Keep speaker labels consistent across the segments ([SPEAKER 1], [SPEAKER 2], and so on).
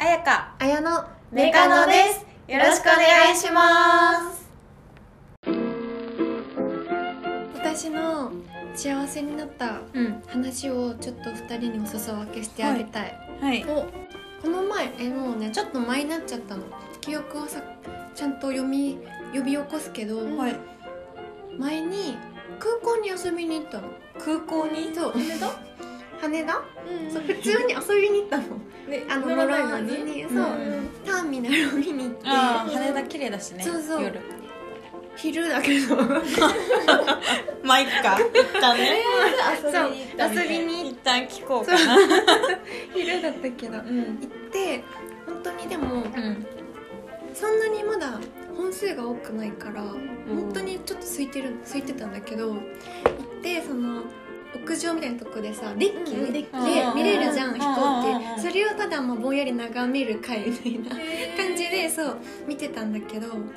[SPEAKER 1] あやの
[SPEAKER 2] メカノですよろしくお願いします
[SPEAKER 1] 私の幸せになった
[SPEAKER 2] うん
[SPEAKER 1] 話をちょっと二人にお裾分けしてあげたい、
[SPEAKER 2] はい
[SPEAKER 1] おこの前えもうねちょっと前になっちゃったの記憶をさちゃんと読み呼び起こすけど、
[SPEAKER 2] はい
[SPEAKER 1] 前に空港に遊びに行ったの
[SPEAKER 2] 空港に
[SPEAKER 1] そう
[SPEAKER 2] 羽田
[SPEAKER 1] 羽田、
[SPEAKER 2] うん
[SPEAKER 1] そう普通に遊びに行ったの
[SPEAKER 2] ね
[SPEAKER 1] あの
[SPEAKER 2] 乗らないの
[SPEAKER 1] 乗らず
[SPEAKER 2] に
[SPEAKER 1] にそう、
[SPEAKER 2] うん
[SPEAKER 1] ターミナルを見に行って
[SPEAKER 2] ああ羽田綺麗だしね
[SPEAKER 1] そうそう
[SPEAKER 2] 夜
[SPEAKER 1] 昼だ けど
[SPEAKER 2] まあいっか一旦ね
[SPEAKER 1] そう遊びに行っ
[SPEAKER 2] 一旦聞こう
[SPEAKER 1] そ
[SPEAKER 2] か
[SPEAKER 1] う
[SPEAKER 2] な
[SPEAKER 1] 昼だったけど行っ
[SPEAKER 2] うん
[SPEAKER 1] て本当にでも
[SPEAKER 2] うん
[SPEAKER 1] そんなにまだ本数が多くないから
[SPEAKER 2] ん
[SPEAKER 1] 本当にちょっと空いてる空いてたんだけど行ってその屋上みたいなとこでさデッキ
[SPEAKER 2] うん
[SPEAKER 1] で
[SPEAKER 2] デッキ
[SPEAKER 1] 見れるじゃ
[SPEAKER 2] う
[SPEAKER 1] ん
[SPEAKER 2] ん
[SPEAKER 1] 飛
[SPEAKER 2] うんうん
[SPEAKER 1] 行
[SPEAKER 2] うん
[SPEAKER 1] 機それをただまあぼんやり眺める会みたいな感じでそう見てたんだけどなん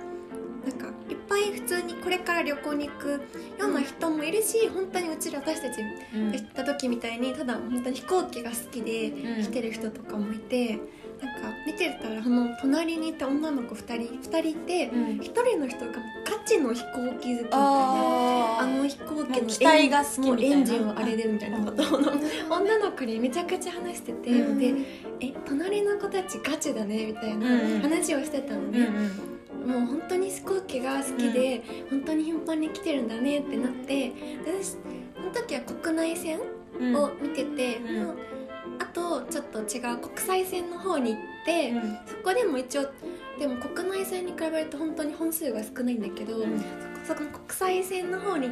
[SPEAKER 1] かいっぱい普通にこれから旅行に行くような人もいるし本当にうちら私たち
[SPEAKER 2] うん
[SPEAKER 1] 行った時みたいにただ本当に飛行機が好きで
[SPEAKER 2] うん
[SPEAKER 1] 来てる人とかもいて、なんか見てたらその隣にいた女の子2人2人いて
[SPEAKER 2] うん
[SPEAKER 1] 1人の人が価値の飛行機好きみたいな
[SPEAKER 2] あ
[SPEAKER 1] あ
[SPEAKER 2] あ
[SPEAKER 1] の飛行機
[SPEAKER 2] もう
[SPEAKER 1] の
[SPEAKER 2] 機体が好きみ
[SPEAKER 1] も
[SPEAKER 2] たいうな
[SPEAKER 1] エンジンをあれでみたいなことを
[SPEAKER 2] の
[SPEAKER 1] 女の子にめちゃくちゃ話してて、
[SPEAKER 2] うん
[SPEAKER 1] で「え隣の子たちガチだね」みたい
[SPEAKER 2] うんうん
[SPEAKER 1] な話をしてたの
[SPEAKER 2] うん
[SPEAKER 1] ね、もう本当に飛行機が好きで、本当に頻繁に来てるんだねってなってで私その時は国内線
[SPEAKER 2] うん
[SPEAKER 1] を見てて、
[SPEAKER 2] うん
[SPEAKER 1] もうあとちょっと違う国際線の方に行って、
[SPEAKER 2] うん
[SPEAKER 1] そこでも一応でも国内線に比べると本当に本数が少ないんだけど、
[SPEAKER 2] うん
[SPEAKER 1] そこの国際線の方に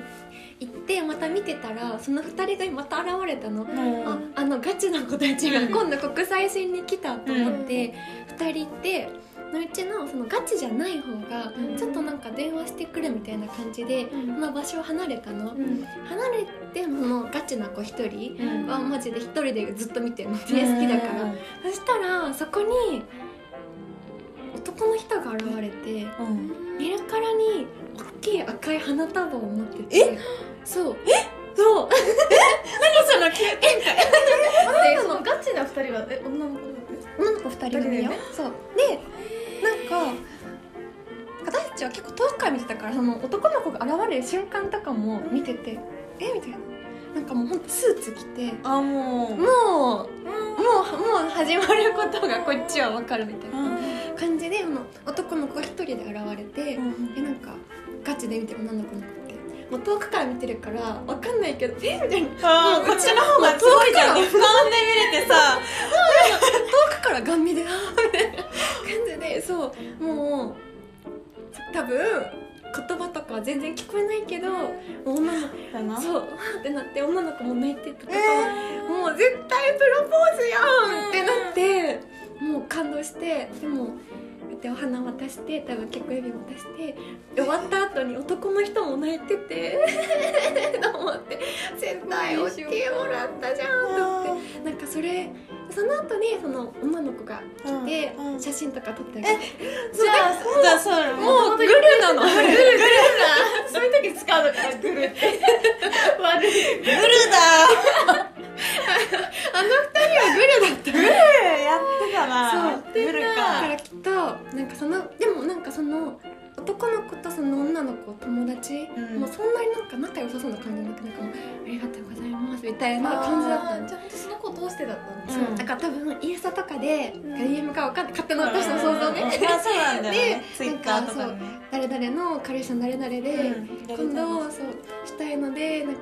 [SPEAKER 1] 行ってまた見てたらその2人がまた現れたの。
[SPEAKER 2] うん
[SPEAKER 1] ああのガチな子たちが
[SPEAKER 2] うん
[SPEAKER 1] 今度国際線に来たと思って2人いてのうちのそのガチじゃない方が
[SPEAKER 2] うん
[SPEAKER 1] ちょっとなんか電話してくるみたいな感じで、
[SPEAKER 2] うん
[SPEAKER 1] まあ、場所を離れたの
[SPEAKER 2] うん
[SPEAKER 1] 離れてもガチな子1人
[SPEAKER 2] うん
[SPEAKER 1] はマジで1人でずっと見てるの手好きだからそしたらそこに男の人が現れて
[SPEAKER 2] うん
[SPEAKER 1] 見るからに大きい赤い花束を持っててそうそう
[SPEAKER 2] その経験会
[SPEAKER 3] でそのガチな二人はえ女の子だって
[SPEAKER 1] 女の子2
[SPEAKER 3] 二人だ
[SPEAKER 1] 人組よ、
[SPEAKER 3] よね
[SPEAKER 1] そうでなんか私たちは結構遠くから見てたからその男の子が現れる瞬間とかも見てて、えみたいななんかもうほんとスーツ着て
[SPEAKER 2] あもう
[SPEAKER 1] もうもうもう始まることがこっちは分かるみたいな感じでもう男の子が1人で現れて、でなんかガチで見てる女の子の子ってもう遠くから見てるから分かんないけどえみたいな
[SPEAKER 2] あ
[SPEAKER 1] もう
[SPEAKER 2] こっちの方がすごいじゃんね俯瞰で見れてさ
[SPEAKER 1] 遠くからガン見であーみたいな感じでそうもう多分言葉とかは全然聞こえないけどもう女の
[SPEAKER 2] だな
[SPEAKER 1] 子そうわーってなって女の子も泣いてとか、もう絶対プロポーズやんってなって、もう感動してでもこうやってお花渡して多分結婚指輪渡してで終わった後に男の人も泣いて てと思って絶対お付きもらったじゃんと思って。なんかそれその後にその女の子が来て
[SPEAKER 2] うんうん
[SPEAKER 1] 写真とか撮ってあげて
[SPEAKER 2] じゃあじゃあそう
[SPEAKER 1] もうグルなのグル
[SPEAKER 3] そういう時使うのかなグルって悪い
[SPEAKER 2] グルだ
[SPEAKER 1] あの二人はグルだった
[SPEAKER 2] グルやってた
[SPEAKER 1] な
[SPEAKER 2] なグル
[SPEAKER 1] だか
[SPEAKER 2] から
[SPEAKER 1] きっとなんかそのでもなんかその男の子とその女の子友達、
[SPEAKER 2] うん
[SPEAKER 1] もうそんなになんか仲良さそうな感じなくなんかもうありがとうございますみたいな感じだったの
[SPEAKER 3] ちゃんとその子を通してだったんで
[SPEAKER 2] う
[SPEAKER 3] す
[SPEAKER 1] そ
[SPEAKER 3] よ
[SPEAKER 1] うだから多分インスタとかで、
[SPEAKER 3] うん
[SPEAKER 1] DM かわかん勝手な私の想像ね、
[SPEAKER 2] あそうなんだよね
[SPEAKER 1] で
[SPEAKER 2] ツイッターとかね
[SPEAKER 1] 誰々の彼氏の誰々で、今度そうしたいのでなんか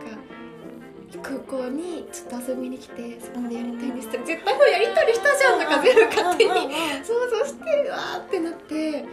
[SPEAKER 1] 空港にちょっと遊びに来てそこまでやりたいんですって絶対もうやり取りしたじゃんとか全部勝手に想像してうわーってなって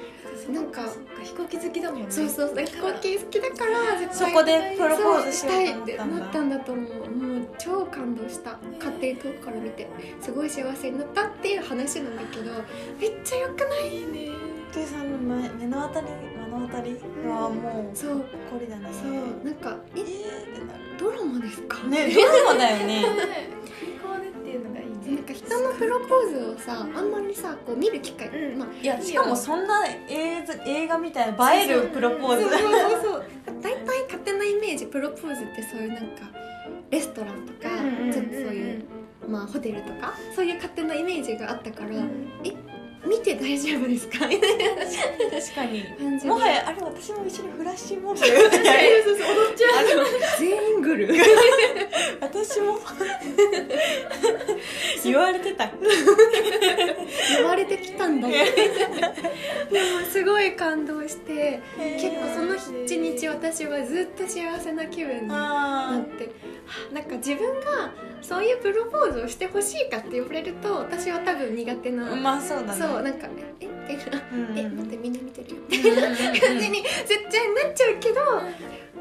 [SPEAKER 1] なんか
[SPEAKER 3] そっか飛行機好きだもんね
[SPEAKER 1] そうそうそう飛行機好きだから絶
[SPEAKER 2] そ
[SPEAKER 1] 対
[SPEAKER 2] こでプロポーズし
[SPEAKER 1] そうしたい
[SPEAKER 2] よう
[SPEAKER 1] っ
[SPEAKER 2] と
[SPEAKER 1] て
[SPEAKER 2] 思
[SPEAKER 1] な
[SPEAKER 2] っ
[SPEAKER 1] ったた
[SPEAKER 2] んだ
[SPEAKER 1] んだと思うもう超感動した勝手に遠くから見てすごい幸せになったっていう話なんだけどめっちゃ良くないいね
[SPEAKER 2] でその目目の当たり目の当たりはもう
[SPEAKER 1] そう
[SPEAKER 2] こりだね
[SPEAKER 1] そうなんか
[SPEAKER 2] えー
[SPEAKER 1] え
[SPEAKER 2] ってなる
[SPEAKER 1] ドラマですか
[SPEAKER 2] ねドラマだよね
[SPEAKER 3] 飛行でっていうのがいい
[SPEAKER 1] な
[SPEAKER 3] ね
[SPEAKER 1] んか人のプロポーズをさあんまりさこう見る機会、
[SPEAKER 3] うん
[SPEAKER 1] まあ
[SPEAKER 2] いやしかもそんな映像映画みたいな映えるプロポーズ
[SPEAKER 1] そうそうそう大体勝手なイメージプロポーズってそういうなんかレストランとか、ちょっとそういう、まあ、ホテルとかそういう勝手なイメージがあったから、
[SPEAKER 3] うん
[SPEAKER 1] え見て大丈夫ですか?」みたいな
[SPEAKER 2] 確かに
[SPEAKER 1] 感じで
[SPEAKER 2] もはやあれ私も一緒にフラッシュモブ
[SPEAKER 3] そうそう踊っちゃう
[SPEAKER 1] 全員グル
[SPEAKER 2] 私も 言われてた
[SPEAKER 1] 言われてき たんだよでもすごい感動して結構その日一日私はずっと幸せな気分にな
[SPEAKER 2] あ
[SPEAKER 1] ってはなんか自分がそういうプロポーズをしてほしいかって言われると私は多分苦手な、
[SPEAKER 2] あまあそうだね
[SPEAKER 1] そうなんか「ええってな
[SPEAKER 2] うんうん
[SPEAKER 1] え待ってみんな見てるよ」
[SPEAKER 2] うん
[SPEAKER 1] 感じに絶対なっちゃうけど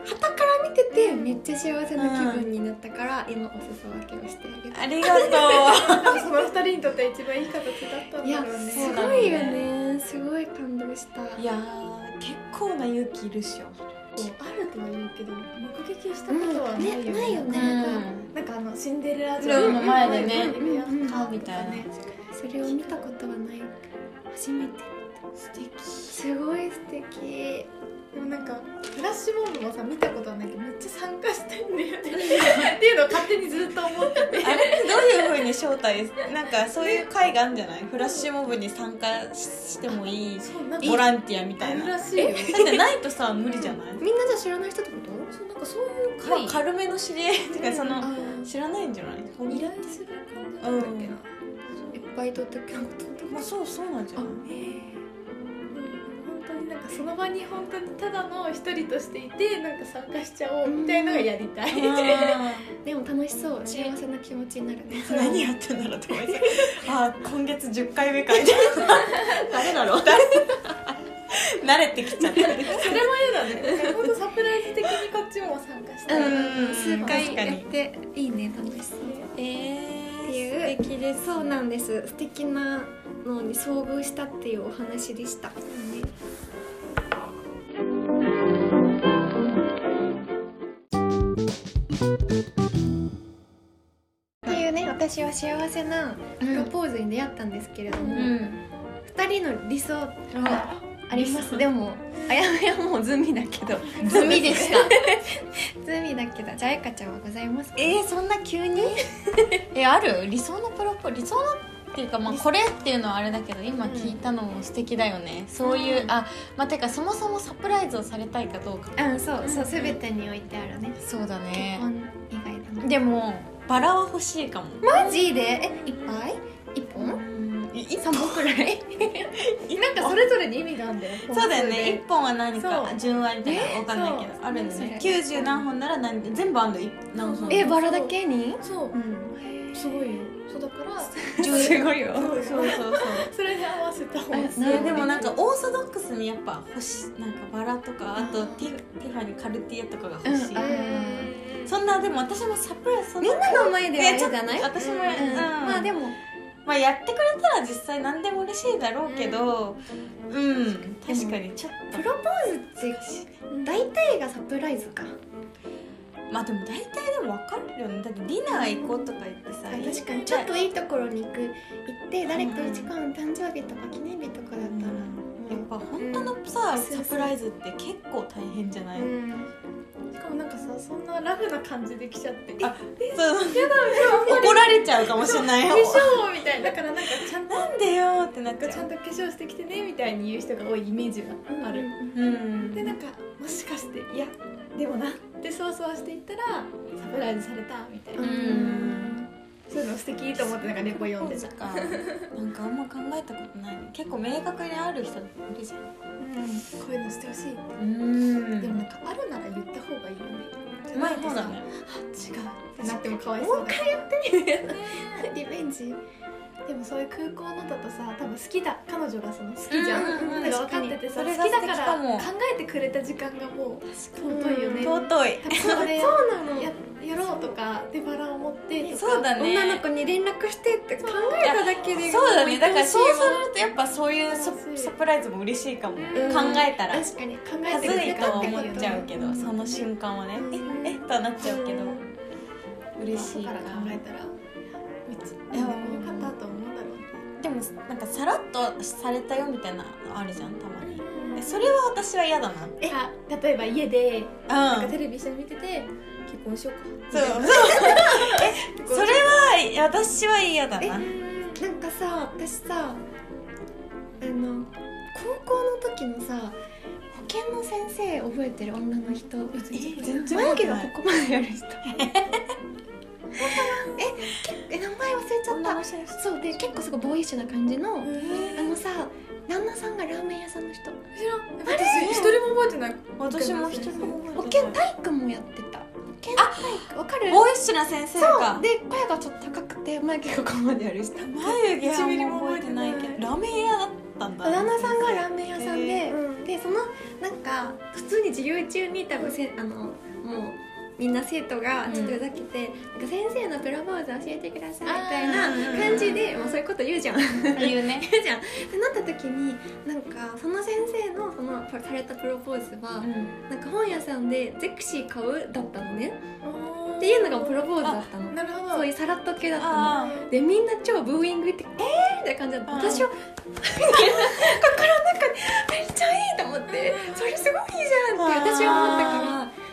[SPEAKER 1] 旗から見ててめっちゃ幸せな気分になったから今お裾分けをしてあげる
[SPEAKER 2] ありがと
[SPEAKER 3] 多 分その二人にとっては一番いい形だったん
[SPEAKER 1] い
[SPEAKER 3] だ
[SPEAKER 1] や
[SPEAKER 3] ろうね
[SPEAKER 1] すごいよねすごい感動した
[SPEAKER 2] ういやー結構な勇気いるっしょ
[SPEAKER 3] あるとは言うけど目撃した
[SPEAKER 1] う
[SPEAKER 3] こ
[SPEAKER 1] ん
[SPEAKER 3] とはないよ
[SPEAKER 1] ねないよ
[SPEAKER 2] う
[SPEAKER 1] ね
[SPEAKER 3] なんかあのシンデレラ
[SPEAKER 2] う
[SPEAKER 3] 城
[SPEAKER 2] ん
[SPEAKER 3] の前でね
[SPEAKER 1] うんうんうんうん
[SPEAKER 2] 顔みたいな
[SPEAKER 1] それを見たことはない初めて
[SPEAKER 2] 素敵
[SPEAKER 1] すごい素敵
[SPEAKER 3] でもなんかフラッシュボンドもさ見たことはないけどめっちゃ参加したいんだよねっていうのを勝手にずっと思って て
[SPEAKER 2] あれどういうふうに招待なんかそういう会があるんじゃないフラッシュモブに参加してもいい
[SPEAKER 3] そうなんか
[SPEAKER 2] ボランティアみた
[SPEAKER 3] あ
[SPEAKER 2] い
[SPEAKER 3] る
[SPEAKER 2] な
[SPEAKER 3] らしいよ
[SPEAKER 2] だってないとさ無理じゃない、
[SPEAKER 1] みんなじゃ知らない人ってこ
[SPEAKER 3] そうなんかそういう
[SPEAKER 2] ま
[SPEAKER 3] 会
[SPEAKER 2] あ、軽めの知り合いっていうかそ
[SPEAKER 1] と
[SPEAKER 2] の
[SPEAKER 1] あー
[SPEAKER 2] 知らないんじゃない
[SPEAKER 3] 依頼する感じだったっけな、
[SPEAKER 1] いっぱい撮ってくることとか
[SPEAKER 2] まあそうそうなんじゃ
[SPEAKER 1] あ
[SPEAKER 2] ない
[SPEAKER 3] 本当になんかその場に本当にただの一人としていてなんか参加しちゃおうみたいなのがやりたい、
[SPEAKER 1] でも楽しそう幸せな気持ちになるね
[SPEAKER 2] 何やってんだろうと思 ってあー今月10回目かみたいな誰だろ う慣れてきちゃった
[SPEAKER 3] それも嫌だねなんか本当サプライズ的にこっちも参加したいな
[SPEAKER 2] うん
[SPEAKER 1] 数
[SPEAKER 2] 確
[SPEAKER 1] 回
[SPEAKER 2] かに
[SPEAKER 1] やっていいね楽しそう
[SPEAKER 2] え
[SPEAKER 1] ー
[SPEAKER 2] ー、素敵です
[SPEAKER 1] そうなんです素敵なのに遭遇したっていうお話でしたっていうね私は幸せなプロポーズに出会ったんですけれども、二
[SPEAKER 2] ん
[SPEAKER 1] 人の理想が
[SPEAKER 2] あ
[SPEAKER 1] ありますでもあやめはもう済みだ けど
[SPEAKER 2] 済みで した
[SPEAKER 1] 済みだけどじゃああやかちゃんはございますか
[SPEAKER 2] えー、そんな急にえある理想のプロポ理想のっていうか、まあ、これっていうのはあれだけど今聞いたのも素敵だよね、そういうあまあてかそもそもサプライズをされたいかどうか
[SPEAKER 1] うんそうそう全てにおいてあるね
[SPEAKER 2] そうだ
[SPEAKER 1] 結
[SPEAKER 2] ね
[SPEAKER 1] 婚以外だ
[SPEAKER 2] でもバラは欲しいかも
[SPEAKER 1] マジでえ一杯一本三本くらい
[SPEAKER 3] なんかそれぞれに意味があるんだよ
[SPEAKER 2] そうだよね一本は何か
[SPEAKER 3] そう
[SPEAKER 2] 純愛みたいなのわかんないけ
[SPEAKER 3] そ
[SPEAKER 2] どあるんだね
[SPEAKER 1] 何それ
[SPEAKER 2] 90何本なら何全部あんだよい何本
[SPEAKER 1] えバラだけに
[SPEAKER 3] そう
[SPEAKER 2] うん
[SPEAKER 3] すごいよそうだから
[SPEAKER 2] すごいよ
[SPEAKER 3] そう
[SPEAKER 2] そうそう そう
[SPEAKER 3] それに合わせた方が
[SPEAKER 1] あなる
[SPEAKER 2] ね、
[SPEAKER 1] ほ
[SPEAKER 2] で
[SPEAKER 1] ど
[SPEAKER 2] もなんかオーソドックスにやっぱ欲しいなんかバラとかあとティティファニーカルティエとかが欲しい、
[SPEAKER 1] うんあ
[SPEAKER 2] そんなでも私もサプライズそん
[SPEAKER 1] み
[SPEAKER 2] なん
[SPEAKER 1] なの前ではあれじゃない
[SPEAKER 2] いやちょっと私も
[SPEAKER 1] うん
[SPEAKER 2] うん
[SPEAKER 1] まあでも
[SPEAKER 2] まあやってくれたら実際何でも嬉しいだろうけどうん、確かにちょっ
[SPEAKER 1] プロポーズって大体がサプライズか
[SPEAKER 2] とまあでも大体でも分かるよねだってディナー行こうとか言ってさ
[SPEAKER 1] 確かにちょっといいところに行く行って誰か一間誕生日とか記念日とかだ
[SPEAKER 2] う
[SPEAKER 1] っ
[SPEAKER 2] ん
[SPEAKER 1] たら
[SPEAKER 2] やっぱ本当のさ、
[SPEAKER 1] うん
[SPEAKER 2] サプライズって結構大変じゃない、
[SPEAKER 3] しかもなんかさそんなラフな感じで来ちゃって
[SPEAKER 2] あそう怒られちゃうかもしれない
[SPEAKER 3] 化
[SPEAKER 2] よ
[SPEAKER 3] 粧みたいなだからなんかちゃんと
[SPEAKER 2] なんでよーってなっち
[SPEAKER 3] ち
[SPEAKER 2] ゃ
[SPEAKER 3] ゃ
[SPEAKER 2] うん
[SPEAKER 3] と化粧してきてねみたいに言う人が多いイメージがある、
[SPEAKER 2] うん
[SPEAKER 3] でなんかもしかしていやでもなってそうそうしていったらサプライズされたみたいな、
[SPEAKER 1] うん
[SPEAKER 3] そういうの素敵と思ってなんかレポ読んでた、
[SPEAKER 2] かなんかあんま考えたことない結構明確にある人いるじゃん
[SPEAKER 3] こういうのしてほしい、
[SPEAKER 2] うん
[SPEAKER 3] でもなんかあるなら言った方がいいよね
[SPEAKER 2] まあそうだね
[SPEAKER 3] 違うってなってもかわいそうもう一回や
[SPEAKER 1] リベンジ
[SPEAKER 3] でもそういう空港のだとさ多分好きだ彼女がその好きじゃん,、
[SPEAKER 2] うんうんうん
[SPEAKER 3] なんか分かっててさ
[SPEAKER 2] 確かに
[SPEAKER 3] 好きだか
[SPEAKER 2] それが素敵
[SPEAKER 3] ら考
[SPEAKER 2] かも
[SPEAKER 3] えてくれた時間がもう
[SPEAKER 1] かに
[SPEAKER 3] 尊いよね
[SPEAKER 2] 尊い
[SPEAKER 3] 多分そこで
[SPEAKER 1] そうなの
[SPEAKER 3] ややろうとかでバラを持ってとか
[SPEAKER 2] そうだね
[SPEAKER 1] 女の子に連絡してって考えただけで
[SPEAKER 2] そうだねだからそうす
[SPEAKER 1] う
[SPEAKER 2] るとやっぱそういうササプライズも嬉しいかも、
[SPEAKER 1] ん
[SPEAKER 2] 考えたら恥
[SPEAKER 1] 確かに
[SPEAKER 3] 考えてく
[SPEAKER 2] ず
[SPEAKER 3] れ
[SPEAKER 2] い
[SPEAKER 3] た
[SPEAKER 2] とは
[SPEAKER 3] って
[SPEAKER 2] 思
[SPEAKER 3] こと
[SPEAKER 2] っちゃうけどその瞬間はね、
[SPEAKER 3] うん
[SPEAKER 2] ええっとはなっちゃうけど、嬉しい
[SPEAKER 3] か
[SPEAKER 2] からら
[SPEAKER 3] 考えたらめっちゃ
[SPEAKER 2] い
[SPEAKER 3] で
[SPEAKER 2] や
[SPEAKER 3] もよかったと思うだろうね
[SPEAKER 2] でもなんかさらっとされたよみたいなのあるじゃんたまにえそれは私は嫌だな
[SPEAKER 3] えあ例えば家でなん
[SPEAKER 2] う
[SPEAKER 3] か
[SPEAKER 2] ん
[SPEAKER 3] テレビ一緒に見てて結婚しようか
[SPEAKER 2] そうそう えそれは私は嫌だ
[SPEAKER 1] え
[SPEAKER 2] な
[SPEAKER 1] なんかさ私さあの高校の時のさ保健の先生覚えてる女の人
[SPEAKER 3] 全然覚
[SPEAKER 1] 眉
[SPEAKER 3] え
[SPEAKER 1] 毛
[SPEAKER 3] て
[SPEAKER 1] が
[SPEAKER 3] ない
[SPEAKER 1] ここまでやる人えけえ名前忘れちゃ
[SPEAKER 2] 女
[SPEAKER 1] っ
[SPEAKER 2] の人です
[SPEAKER 1] たそうで結構すごいボーイッシュな感じのあ
[SPEAKER 3] え
[SPEAKER 1] のさ旦那さんがラーメン屋さんの人
[SPEAKER 3] 知らん私一人も覚えてない
[SPEAKER 2] 私も一人も
[SPEAKER 1] 保
[SPEAKER 2] 覚えて
[SPEAKER 1] 健
[SPEAKER 2] ない
[SPEAKER 1] 体育もやってた保健体育わかる
[SPEAKER 2] ボーイッシュな先生
[SPEAKER 1] そ
[SPEAKER 2] か
[SPEAKER 1] うで声がちょっと高くて眉毛がここまでやる人
[SPEAKER 2] 眉毛は
[SPEAKER 3] 1ミリ
[SPEAKER 2] も
[SPEAKER 3] も
[SPEAKER 2] う
[SPEAKER 3] 覚
[SPEAKER 2] 覚え
[SPEAKER 3] え
[SPEAKER 2] て
[SPEAKER 3] て
[SPEAKER 2] な
[SPEAKER 3] ないい
[SPEAKER 2] け
[SPEAKER 3] け
[SPEAKER 2] ど
[SPEAKER 3] ど
[SPEAKER 2] ラーメン屋だったんだ
[SPEAKER 1] 旦那さんがラーメン屋さんで、
[SPEAKER 2] へ
[SPEAKER 1] でそのなんか普通に授業中に多分せあのもうみんな生徒がちょっとふざけて、なんか先生のプロポーズ教えてくださいみたい
[SPEAKER 2] あー
[SPEAKER 1] な感じでもうそういうこと言う じゃん言う
[SPEAKER 2] 言うね
[SPEAKER 1] じゃんってなった時になんかその先生のそのされたプロポーズは、なんか本屋さんでゼクシー買うだったのねっていうのがプロポーズだったの
[SPEAKER 3] なるほど
[SPEAKER 1] そういうさらっと系だったの
[SPEAKER 2] あ
[SPEAKER 1] でみんな超ブーイングって「えー!」みたいな感じだった
[SPEAKER 2] うん
[SPEAKER 1] 私は 心の中で「めっちゃいい!」と思って「それすごいいいじゃん!」って私は思ったか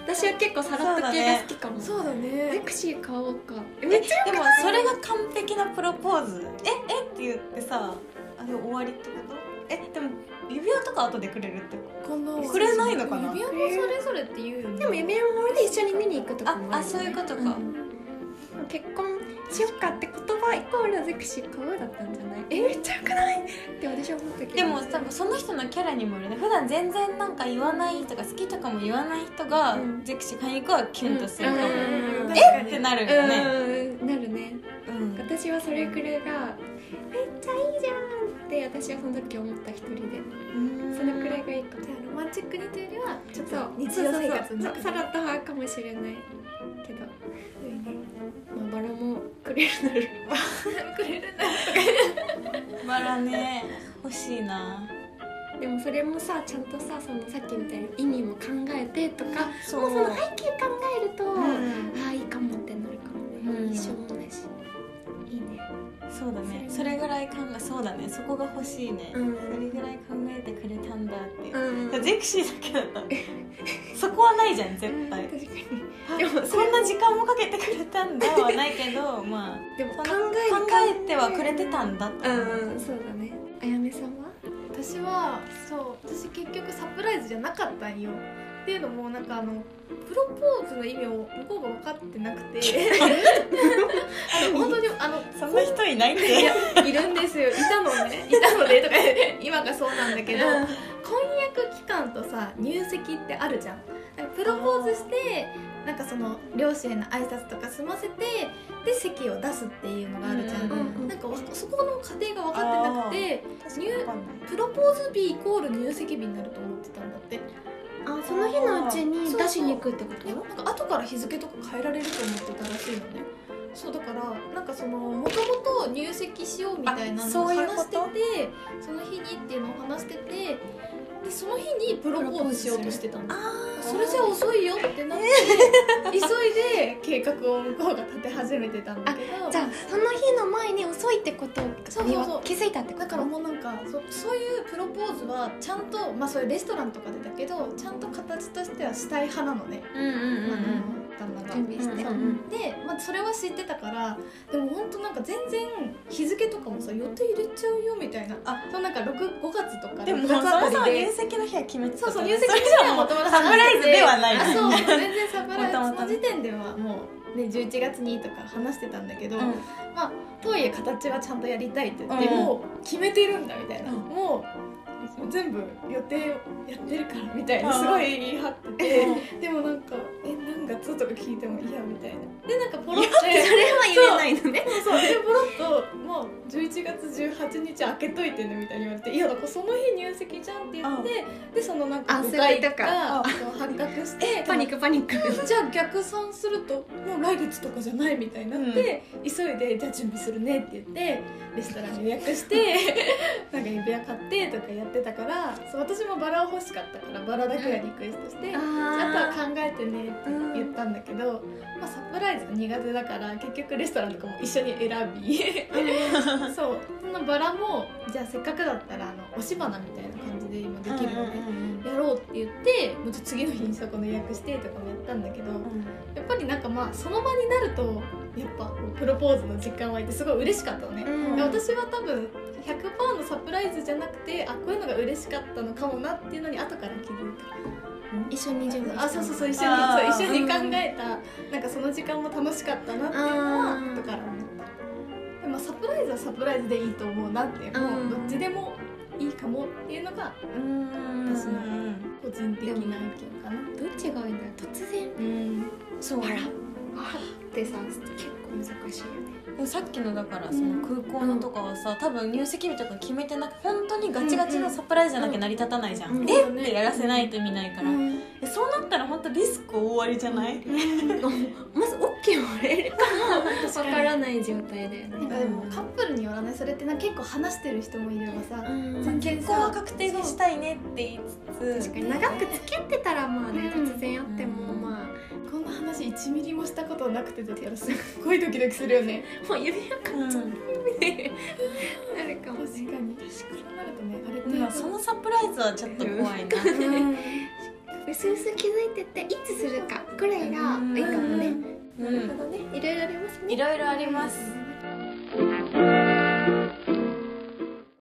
[SPEAKER 1] ら私は結構さらっと系が好きかも、
[SPEAKER 3] そうだ
[SPEAKER 1] ゼ
[SPEAKER 3] ね
[SPEAKER 1] クシー買おうかめっちゃ
[SPEAKER 2] あでもそれが完璧なプロポーズええって言ってさあれ終わりってことえでも指輪とか後でくれるってこ
[SPEAKER 3] 今度
[SPEAKER 2] くれないのかな
[SPEAKER 3] 指輪もそれぞれって言うよね
[SPEAKER 1] でも夢の森で一緒に見に行くとかも
[SPEAKER 2] ああ
[SPEAKER 1] る
[SPEAKER 2] そういうことか
[SPEAKER 1] うん結婚しよっかって言葉イコールゼクシー買おうだったんじゃないえめっちゃよくないって私は思ったけど
[SPEAKER 2] とでも多分その人のキャラにもよるね普段全然なんか言わない人が好きとかも言わない人が、
[SPEAKER 1] うん
[SPEAKER 2] ゼクシー買いに行くはキュンとするかも、
[SPEAKER 1] うん
[SPEAKER 3] うん
[SPEAKER 2] えってなるよね、
[SPEAKER 1] うんなるね
[SPEAKER 2] うん
[SPEAKER 1] 私はそれくらいがめっちゃいいじゃんって私はその時思った一人でそのくらいがいいかも
[SPEAKER 3] じゃあロマンチックにというよりはちょっ
[SPEAKER 1] そ
[SPEAKER 3] と
[SPEAKER 1] う
[SPEAKER 3] 日常生活の
[SPEAKER 1] そうそ
[SPEAKER 3] 中
[SPEAKER 1] うそうさらっ
[SPEAKER 3] と
[SPEAKER 1] と派かもしれないけど、まあ、バラもくれるなら
[SPEAKER 3] くれるな
[SPEAKER 2] バラね欲しいな
[SPEAKER 1] でもそれもさちゃんとさそのさっきみたいに意味も考えてとか
[SPEAKER 2] そ
[SPEAKER 1] もうその背景考えると、
[SPEAKER 2] うん
[SPEAKER 1] ああいいかもってなるかもね、
[SPEAKER 2] うん
[SPEAKER 1] 一緒もないしいいね
[SPEAKER 2] そうだねそれぐらい考えそうだねそこが欲しいね、
[SPEAKER 1] うん
[SPEAKER 2] それぐらい考えてくれたんだって、
[SPEAKER 1] うん
[SPEAKER 2] ゼクシーだけだったらそこはないじゃん絶対、
[SPEAKER 1] 確かに
[SPEAKER 2] でもそんな時間もかけてくれたんだはないけどまあ
[SPEAKER 1] でも
[SPEAKER 2] そ
[SPEAKER 1] 考
[SPEAKER 2] ん
[SPEAKER 1] え
[SPEAKER 2] な考えてはくれてたんだって
[SPEAKER 1] う
[SPEAKER 2] 思
[SPEAKER 1] んうんそうだねあやめさんは
[SPEAKER 3] 私はそう私結局サプライズじゃなかったんよっていうのもなんかあのプロポーズの意味を向こうが分かってなくてあの本当にあの
[SPEAKER 2] そんな人いないって
[SPEAKER 3] いやいるんですよいたのねいたのでとか言って今がそうなんだけど婚約期間とさ入籍ってあるじゃんなんかプロポーズしてなんかその両親への挨拶とか済ませてで籍を出すっていうのがあるじゃん、
[SPEAKER 2] うん
[SPEAKER 1] うんうん
[SPEAKER 3] なんかわそこの過程が分かってなくて
[SPEAKER 2] 確かにわかんない
[SPEAKER 3] プロポーズ日イコール入籍日になると思ってたんだって
[SPEAKER 1] あその日のうちに
[SPEAKER 3] そう
[SPEAKER 1] 出しに行くってこと
[SPEAKER 3] でもなんか後から日付とか変えられると思ってたらしいのねそうだからなんかそのもともと入籍しようみたいなのを
[SPEAKER 2] あそういう
[SPEAKER 3] 話
[SPEAKER 2] こ
[SPEAKER 3] して
[SPEAKER 2] と
[SPEAKER 3] てその日にっていうのを話しててでその日にプロポーズしようとしてたの
[SPEAKER 2] あ
[SPEAKER 3] それじゃ遅いよってなって急いで計画を向こうが立て始めてたんだけど
[SPEAKER 1] じゃあその日の前に遅いってことに
[SPEAKER 3] そうそうそう
[SPEAKER 1] 気づいたってこと
[SPEAKER 3] だからもうなんかそそういうプロポーズはちゃんとまあそういうレストランとかでだけどちゃんと形としてはしたい派なのね、
[SPEAKER 2] うんうんうん
[SPEAKER 3] あの旦那が
[SPEAKER 1] 準備して、
[SPEAKER 2] う
[SPEAKER 1] うんん
[SPEAKER 3] で、まあ、それは知ってたからでも本当なんか全然日付とかもさ予定入れちゃうよみたいなあそうなんか6 5月とか
[SPEAKER 2] うんでも
[SPEAKER 3] 6
[SPEAKER 2] そ
[SPEAKER 3] 月あ
[SPEAKER 2] もそ
[SPEAKER 3] た
[SPEAKER 2] も
[SPEAKER 3] りで
[SPEAKER 2] 入籍の日は決めてた
[SPEAKER 3] そ うそう
[SPEAKER 2] から
[SPEAKER 3] 入籍
[SPEAKER 2] れ
[SPEAKER 3] 日は
[SPEAKER 2] も
[SPEAKER 3] も
[SPEAKER 2] う
[SPEAKER 3] ともと
[SPEAKER 2] サプライズではない
[SPEAKER 3] あ
[SPEAKER 2] ね
[SPEAKER 3] そう全然サプライズ
[SPEAKER 2] もともと
[SPEAKER 3] その時点ではもう、ね、11月にとか話してたんだけど、
[SPEAKER 2] うん
[SPEAKER 3] とはいえ形はちゃんとやりたいって言って、
[SPEAKER 2] うん
[SPEAKER 3] もう決めてるんだみたいな、
[SPEAKER 2] うん
[SPEAKER 3] もう全部予定やってるからみたいな
[SPEAKER 2] うん
[SPEAKER 3] すごい言い張ってて、でもなんか「え何月?」とか聞いても「いや」みたいなでなんかポロって
[SPEAKER 2] は言えないのね
[SPEAKER 3] そうそうでポロッと「もう11月18日開けといてね」みたいに言われて「いやだからその日入籍じゃん」って言って、でそのなんか
[SPEAKER 1] あ
[SPEAKER 3] 誤
[SPEAKER 1] そういう
[SPEAKER 3] 解
[SPEAKER 1] ことか
[SPEAKER 3] がそう発覚して
[SPEAKER 1] パニックパニック
[SPEAKER 3] じゃあ逆算するともう来月とかじゃないみたいになって、急いでじゃあ準備するねって言ってレストラン予約して なんか指輪買ってとかやってたからそう私もバラを欲しかったからバラだけはリクエストして、あとは考えてねって言ったんだけど、まあ、サプライズが苦手だから結局レストランとかも一緒に選びそうそのバラもじゃあせっかくだったらあの押し花みたいな感じで今できるのね、やろうって言ってもうちょっと次の日にそこの予約してとかもやったんだけどやっぱりなんかまあその場になるとやっぱこうプロポーズの実感湧いてすごい嬉しかったのね、
[SPEAKER 1] うん
[SPEAKER 3] で私は多分100%のサプライズじゃなくてあこういうのが嬉しかったのかもなっていうのに後から気づいた
[SPEAKER 1] 一緒に準備した
[SPEAKER 3] あそうそうそう一緒
[SPEAKER 2] あー
[SPEAKER 3] にそう一緒に考えた、なんかその時間も楽しかったなっていうの
[SPEAKER 1] あー
[SPEAKER 3] は後から思ったでもサプライズはサプライズでいいと思うなってもうどっちでもいいかもっていうのが
[SPEAKER 2] うん
[SPEAKER 3] 私の個人的な意見かな
[SPEAKER 1] どっちがいいんだろう突然
[SPEAKER 2] うん
[SPEAKER 1] そうあらってさ結構難しいよね
[SPEAKER 2] でもさっきのだからその空港のとかはさ、多分入籍日とか決めてなく本当にガチガチのサプライズじゃなきゃ成り立たないじゃん、
[SPEAKER 1] うんうん
[SPEAKER 2] えってやらせないと意味ないから、
[SPEAKER 1] うん
[SPEAKER 2] えそうなったら本当リスク大ありじゃない、
[SPEAKER 1] まず OK もらえるか わからない状態だよ
[SPEAKER 3] なん
[SPEAKER 1] ね
[SPEAKER 3] かでもカップルによらないそれってなんか結構話してる人もいればさ、
[SPEAKER 1] 全然
[SPEAKER 2] 結婚は確定したいねって言いつつ
[SPEAKER 1] 確かに長く付き合ってたらまあね
[SPEAKER 3] うん
[SPEAKER 1] 突然会っても
[SPEAKER 2] うん
[SPEAKER 1] ま
[SPEAKER 3] こんな話1ミリもしたことなくてだったらすっごいドキドキするよね
[SPEAKER 1] あもう指輪か
[SPEAKER 2] うん
[SPEAKER 1] って なるかも
[SPEAKER 3] 確か
[SPEAKER 1] しれ
[SPEAKER 3] に
[SPEAKER 1] ない
[SPEAKER 3] そうなるとねあれ
[SPEAKER 2] うんそのサプライズはちょっと怖いな
[SPEAKER 1] 薄々気づいてていつするかくらいがいいかもね
[SPEAKER 2] う
[SPEAKER 1] なる
[SPEAKER 2] ん
[SPEAKER 1] ほどねいろいろありますね
[SPEAKER 2] いろいろあります